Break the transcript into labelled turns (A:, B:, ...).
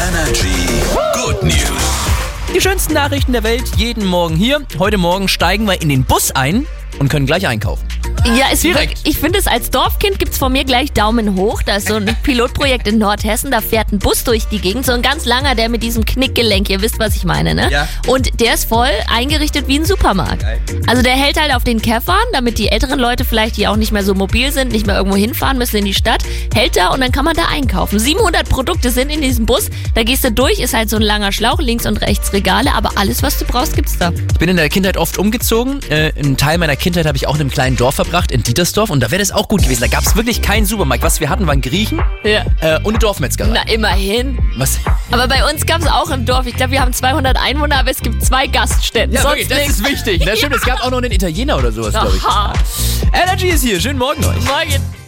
A: Energy Good News.
B: Die schönsten Nachrichten der Welt jeden Morgen hier. Heute Morgen steigen wir in den Bus ein und können gleich einkaufen.
C: Ja, ist
B: Direkt.
C: wirklich, ich finde es als Dorfkind gibt's von mir gleich Daumen hoch. Da ist so ein Pilotprojekt in Nordhessen, da fährt ein Bus durch die Gegend, so ein ganz langer, der mit diesem Knickgelenk, ihr wisst, was ich meine, ne?
B: Ja.
C: Und der ist voll eingerichtet wie ein Supermarkt.
B: Geil.
C: Also der hält halt auf den Käffern, damit die älteren Leute vielleicht, die auch nicht mehr so mobil sind, nicht mehr irgendwo hinfahren müssen in die Stadt, hält da und dann kann man da einkaufen. 700 Produkte sind in diesem Bus, da gehst du durch, ist halt so ein langer Schlauch, links und rechts Regale, aber alles, was du brauchst, gibt's da.
B: Ich bin in der Kindheit oft umgezogen. Äh, einen Teil meiner Kindheit habe ich auch in einem kleinen Dorf verbracht, in Dietersdorf. Und da wäre das auch gut gewesen. Da gab es wirklich keinen Supermarkt. Was wir hatten, waren Griechen
C: Ja.
B: äh, und eine Dorfmetzgerei.
C: Na, immerhin.
B: Was?
C: Aber bei uns gab es auch im Dorf, ich glaube, wir haben 200 Einwohner, aber es gibt zwei Gaststätten.
B: Ja, wirklich,
C: Sonst
B: das
C: nichts.
B: ist wichtig. Das stimmt, es gab auch noch einen Italiener oder sowas, glaube ich.
C: Aha.
B: Energy ist hier. Schönen Morgen euch.
C: Morgen.